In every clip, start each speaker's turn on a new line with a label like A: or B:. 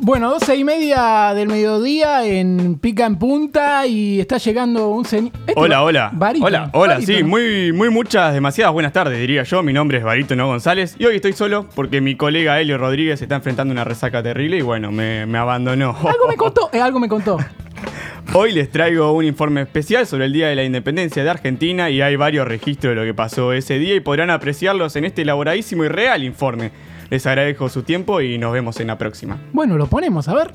A: Bueno, 12 y media del mediodía en Pica en Punta y está llegando un señor. Este
B: Hola, hola.
A: Barito,
B: hola, hola. Sí, muy, muy muchas, demasiadas buenas tardes, diría yo. Mi nombre es Barítono González y hoy estoy solo porque mi colega Elio Rodríguez está enfrentando una resaca terrible y bueno, me, me abandonó.
A: Algo me contó, eh, algo me contó.
B: Hoy les traigo un informe especial sobre el Día de la Independencia de Argentina y hay varios registros de lo que pasó ese día y podrán apreciarlos en este elaboradísimo y real informe. Les agradezco su tiempo y nos vemos en la próxima.
A: Bueno, lo ponemos, a ver.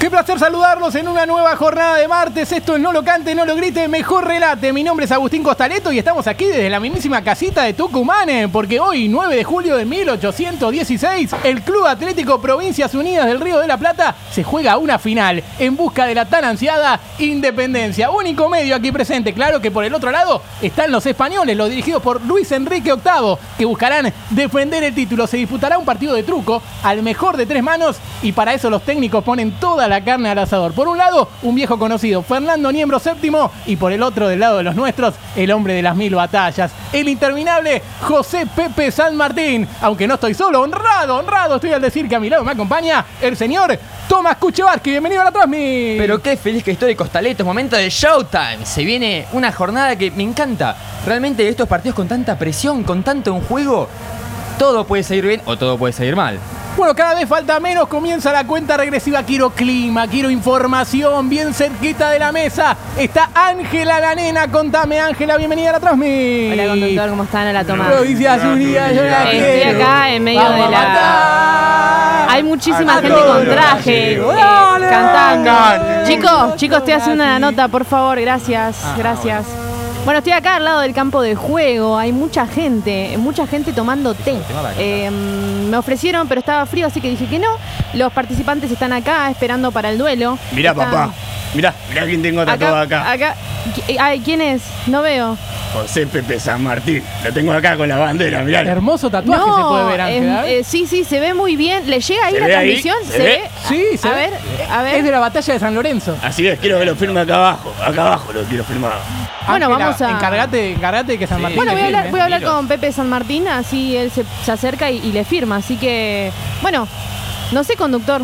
A: Qué placer saludarlos en una nueva jornada de martes. Esto es No lo cante, no lo grite, mejor relate. Mi nombre es Agustín Costaleto y estamos aquí desde la mismísima casita de Tucumán, eh, porque hoy, 9 de julio de 1816, el Club Atlético Provincias Unidas del Río de la Plata se juega una final en busca de la tan ansiada independencia. Único medio aquí presente. Claro que por el otro lado están los españoles, los dirigidos por Luis Enrique VIII, que buscarán defender el título. Se disputará un partido de truco al mejor de tres manos y para eso los técnicos ponen toda la carne al asador. Por un lado, un viejo conocido, Fernando Niembro VII, y por el otro, del lado de los nuestros, el hombre de las mil batallas, el interminable José Pepe San Martín. Aunque no estoy solo, honrado, honrado estoy al decir que a mi lado me acompaña el señor Tomás Kuchevarsky. Bienvenido a la Transmi.
C: Pero qué feliz que estoy, Costaleto. Es momento de Showtime. Se viene una jornada que me encanta. Realmente estos partidos con tanta presión, con tanto en juego, todo puede salir bien o todo puede salir mal.
A: Bueno, cada vez falta menos, comienza la cuenta regresiva. Quiero clima, quiero información, bien cerquita de la mesa. Está Ángela la nena, contame Ángela, bienvenida a la Transmi.
D: Hola conductor, ¿cómo están? Hola Tomás. Eh,
A: Provincias Unidas, yo la
D: Estoy
A: quiero.
D: acá en medio
A: Vamos
D: de
A: a
D: la-
A: matar.
D: Hay muchísima
A: A
D: gente
A: todos
D: con
A: los
D: traje, eh,
A: gallegos. Dale,
D: cantando.
A: dale.
D: Chicos, chicos, estoy haciendo una nota, por favor, gracias,
B: Ah,
D: gracias. Bueno, estoy acá al lado del campo de juego, hay mucha gente, mucha gente tomando té. Eh, me ofrecieron, pero estaba frío, así que dije que no. Los participantes están acá esperando para el duelo.
B: Mirá,
D: Están-
B: papá. Mirá, mirá quién tengo tatuado
D: Acá,
B: acá.
D: acá. Qui- Ay, ¿quién es? No veo.
B: José Pepe San Martín. Lo tengo acá con la bandera, mirá.
A: Hermoso tatuaje se puede ver,
D: eh,
A: Ángela. ¿eh?
D: eh, sí, sí, se ve muy bien. ¿Le llega ahí
B: ¿Se
D: la
B: ve ahí?
D: transmisión?
B: ¿Se
D: ¿Se,
B: ve?
D: ve?
A: Sí, se
D: a
A: ve.
D: ver, a ver.
A: Es de la batalla de San Lorenzo.
B: Así es, quiero que lo firme acá abajo. Acá abajo lo quiero firmar.
D: Bueno,
A: Ángela,
D: vamos a-
A: Encargate, encargate que San Martín.
D: Bueno,
A: le
D: voy a hablar,
A: firme.
D: voy a hablar con Pepe San Martín, así él se, se acerca y, y le firma. Así que, bueno, no sé, conductor.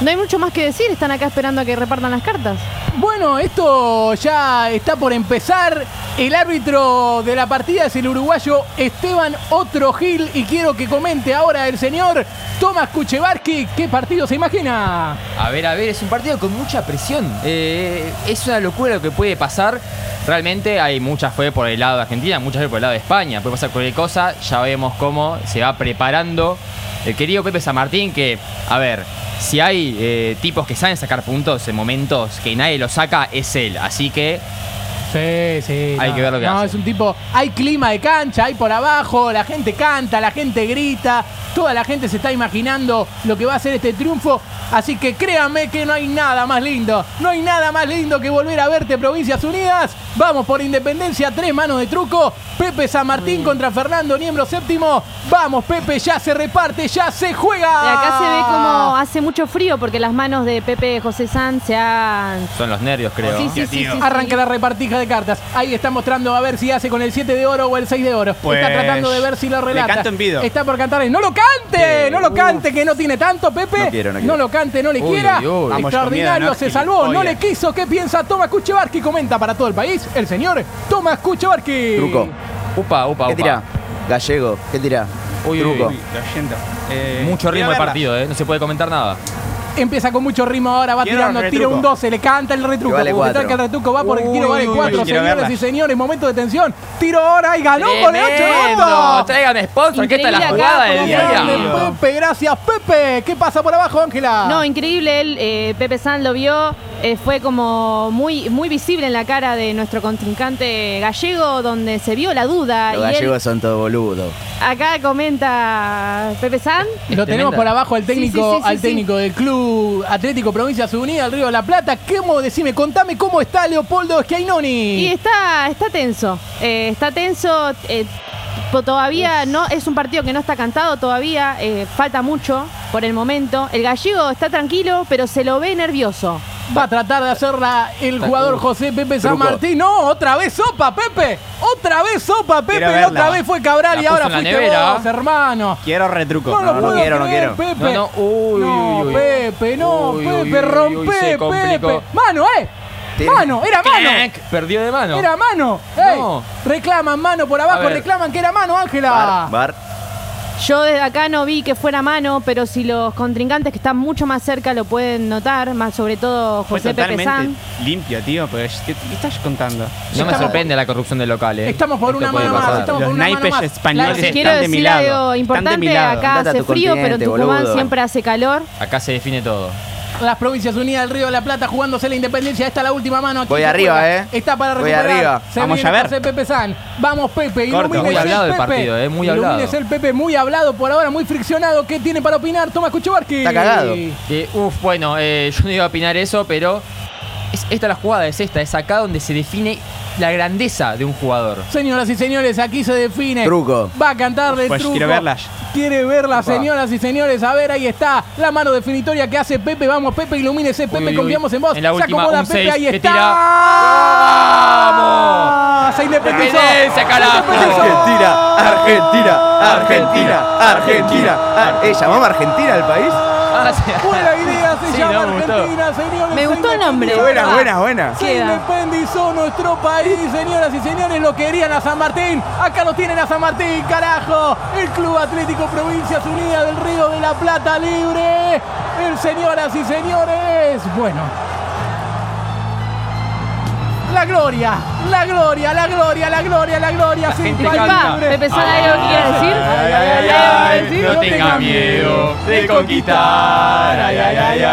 D: No hay mucho más que decir, están acá esperando a que repartan las cartas.
A: Bueno, esto ya está por empezar. El árbitro de la partida es el uruguayo Esteban Otro Gil y quiero que comente ahora el señor Tomás Kuchevarsky qué partido se imagina.
C: A ver, a ver, es un partido con mucha presión. Eh, es una locura lo que puede pasar. Realmente hay mucha fe por el lado de Argentina, mucha fe por el lado de España. Puede pasar cualquier cosa. Ya vemos cómo se va preparando el querido Pepe San Martín. Que, a ver, si hay eh, tipos que saben sacar puntos en momentos que nadie los saca, es él. Así que
A: Sí, sí.
C: Hay
A: no,
C: que ver lo que
A: No,
C: hace.
A: es un tipo. Hay clima de cancha, hay por abajo, la gente canta, la gente grita, toda la gente se está imaginando lo que va a ser este triunfo. Así que créanme que no hay nada más lindo, no hay nada más lindo que volver a verte, Provincias Unidas. Vamos por Independencia, tres manos de truco. Pepe San Martín contra Fernando Niembro séptimo. Vamos, Pepe, ya se reparte, ya se
D: De
A: juega.
D: acá se ve como
A: Ah.
D: hace mucho frío porque las manos de Pepe José Sanz se han.
C: son los nervios, creo.
D: Sí, sí, sí, sí, sí.
A: Arranca la repartija de cartas. Ahí está mostrando a ver si hace con el 7 de oro o el 6 de oro.
B: Pues,
A: está tratando de ver si lo
B: le
A: relata.
B: canto en vido.
A: Está por cantar. ¡No lo cante! ¡No lo cante! Que no tiene tanto, Pepe.
E: No quiero, no quiero.
A: lo cante, no le
C: Uy,
A: quiera.
C: uy, uy. Vamos
E: con
A: Extraordinario,
E: miedo, ¿no?
A: se salvó. No
E: Oye.
A: le quiso. ¿Qué piensa Tomás Kuchevarsky? Comenta para todo el país el señor Tomás Kuchevarsky.
E: Truco.
C: Upa, upa, upa.
E: ¿Qué tirá? Gallego. ¿Qué tirá?
C: Uy, uy,
E: Truco.
C: uy. Mucho ritmo de partido, ¿eh? No se puede comentar nada.
A: Empieza con mucho ritmo ahora, va
E: Quiero
A: tirando,
E: el
A: tira
E: retruco.
A: un 12, le canta el retruco.
E: Que vale
A: porque tal
E: cuatro.
A: que el retruco va por el
E: Uy,
A: tiro, vale
E: uy, uy,
A: 4,
E: quiero
A: señoras
E: verla.
A: y señores, momento de tensión. Tiro ahora y ganó con el 8
C: ¡Tremendo! ¡Tráigame sponsor! ¿Qué está la
D: Increíble acá,
C: jugada
D: como
C: del
D: Bien.
A: Grande
C: día?
D: Diablo.
A: Pepe, gracias Pepe. ¿Qué pasa por abajo,
E: Ah.
A: Ángela?
D: No, increíble, él, eh, Pepe Sanz lo vio, eh, fue como muy, muy visible en la cara de nuestro contrincante gallego, donde se vio la duda.
E: Los
D: y él-
E: gallegos son todo boludo.
D: Acá comenta Pepe San.
A: lo
C: Es
A: tenemos
C: tremenda.
A: por abajo al técnico,
D: Sí, sí, sí,
A: al
D: sí.
A: técnico del Club Atlético Provincias Unidas, del Río de la Plata. ¿Cómo decime? Contame cómo está Leopoldo
D: Y
A: Schiainoni.
D: está, está tenso. eh, está tenso. eh, po- todavía no es un partido que no está cantado todavía. eh, falta mucho por el momento. El gallego está tranquilo, pero se lo ve nervioso.
A: Va a tratar de hacerla el
C: Tacu.
A: jugador José Pepe San
E: Truco.
A: Martín. No, otra vez sopa, Pepe. Otra vez sopa, Pepe.
E: Quiero verla.
A: Otra vez fue Cabral
C: La
A: y ahora
C: puso en la
A: fuiste
C: nevera.
A: vos, hermano.
E: Quiero retruco.
A: No, lo
E: no
A: puedo
E: quiero, no
A: creer,
E: quiero.
A: Pepe.
C: No, no, uy,
A: No,
C: uy, uy.
A: Pepe, no,
C: Uy, uy,
A: Pepe,
C: uy, uy,
A: rompe,
C: se complicó.
A: Pepe. Mano, eh.
E: Tira.
A: Mano, era mano.
C: Clac, Perdió de mano.
A: Era mano. Ey,
C: No.
A: Reclaman mano por
C: A
A: abajo,
C: ver.
A: reclaman que era mano, Ángela.
E: Bar, bar.
D: Yo desde acá no vi que fuera mano, pero si los contrincantes que están mucho más cerca lo pueden notar, más sobre todo
B: Fue
D: José Pepe San.
B: totalmente limpio, tío. Pero ¿qué, qué estás contando?
C: No me
A: Estamos-
C: sorprende la corrupción del local, eh.
A: Estamos por
C: Esto
A: una
C: puede
A: mano más.
C: pasar.
A: Estamos por
B: Los
A: una mano
B: naipes
A: más.
B: españoles
A: Claro,
B: están
D: Quiero
B: de mi
D: decir
B: lado.
D: algo
B: están de mi
D: importante,
B: lado.
D: acá
E: Andate a
D: hace
E: tu
D: frío, pero en
E: continente,
D: Tucumán
E: boludo.
D: siempre hace calor.
C: Acá se define todo.
A: Las provincias unidas del Río de la Plata jugándose la independencia. Esta es la última mano. Aquí
E: Voy
A: se
E: arriba,
A: juega.
E: eh.
A: Está para
E: Voy
A: recuperar.
E: arriba.
A: Se
B: Vamos
A: viene
B: a ver.
A: José Pepe San. Vamos, Pepe.
B: Corto.
A: Ilumínese
B: Muy
C: hablado
A: el
C: el
A: Pepe.
C: partido, eh, muy hablado.
A: Ilumínese el Pepe, muy hablado por ahora, muy friccionado. ¿Qué tiene para opinar? Toma Kuchubarki.
E: Está cagado.
C: Que, uf, bueno, eh, yo no iba a opinar eso, pero es- esta es la jugada, es esta, es acá donde se define la grandeza de un jugador.
A: Señoras y señores, aquí se define.
E: Truco.
A: Va a cantar de
B: Pues
A: truco.
B: quiero verlas.
A: Quiere verlas,
C: Va.
A: señoras y señores. A ver, ahí está la mano definitoria que hace Pepe. Vamos, Pepe, ilumínese. Pepe,
C: uy, uy.
A: confiamos en vos.
C: En la
A: Se
C: última,
A: acomoda
C: un
A: Pepe,
C: seis
A: ahí
C: que
A: está.
C: tira. ¡Vamos!
A: Se independizó.
C: ¡Independencia, carajo!
A: Se independizó.
E: Argentina, Argentina, Argentina. Eh, ¿Llamamos Argentina al país?
A: Ah.
C: Ahora sí.
A: Buena idea, se
C: Sí,
A: llama
C: no, me gustó.
A: Argentina, señores.
D: Me
A: se
D: gustó el nombre.
A: independizó.
D: Buena, buena,
E: buena.
A: Se
D: Queda.
A: independizó nuestro país, señoras y señores. Lo querían a San Martín. Acá lo tienen a San Martín, carajo. El Club Atlético Provincias Unidas del Río de la Plata libre. El señoras y señores. Bueno. La gloria, la gloria, la gloria, la gloria, la gloria. sin
C: gente
A: país
C: canta.
D: Disculpa,
A: libre.
D: Pepe San, ¿hay algo que quieras decir?
A: Ay,
D: ¿Hay algo que decir?
A: no tenga miedo
C: de conquistar.
B: Ay, ay, ay, ay.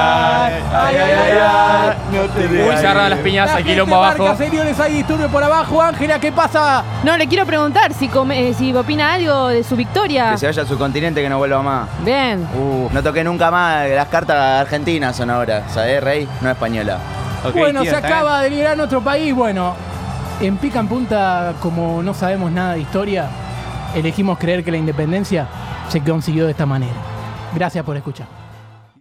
A: Ay, ay, ay, ay.
E: No te
C: Muy cerrada las piñazas,
A: gente
C: quilombo
A: marca,
C: abajo.
A: Señores, hay disturbio por abajo. Ángela, ¿qué pasa?
D: No, le quiero preguntar si, come- eh, si opina algo de su victoria.
E: Que se vaya a su continente que no vuelva más.
D: Bien.
E: Uf, no toqué nunca más. Las cartas argentinas son ahora. ¿Sabés, Rey? No española.
B: Ok,
A: bueno,
B: tío,
A: se
B: está bien.
A: acaba de liberar nuestro país. Bueno, en pica en punta, como no sabemos nada de historia, elegimos creer que la independencia se consiguió de esta manera. Gracias por escuchar.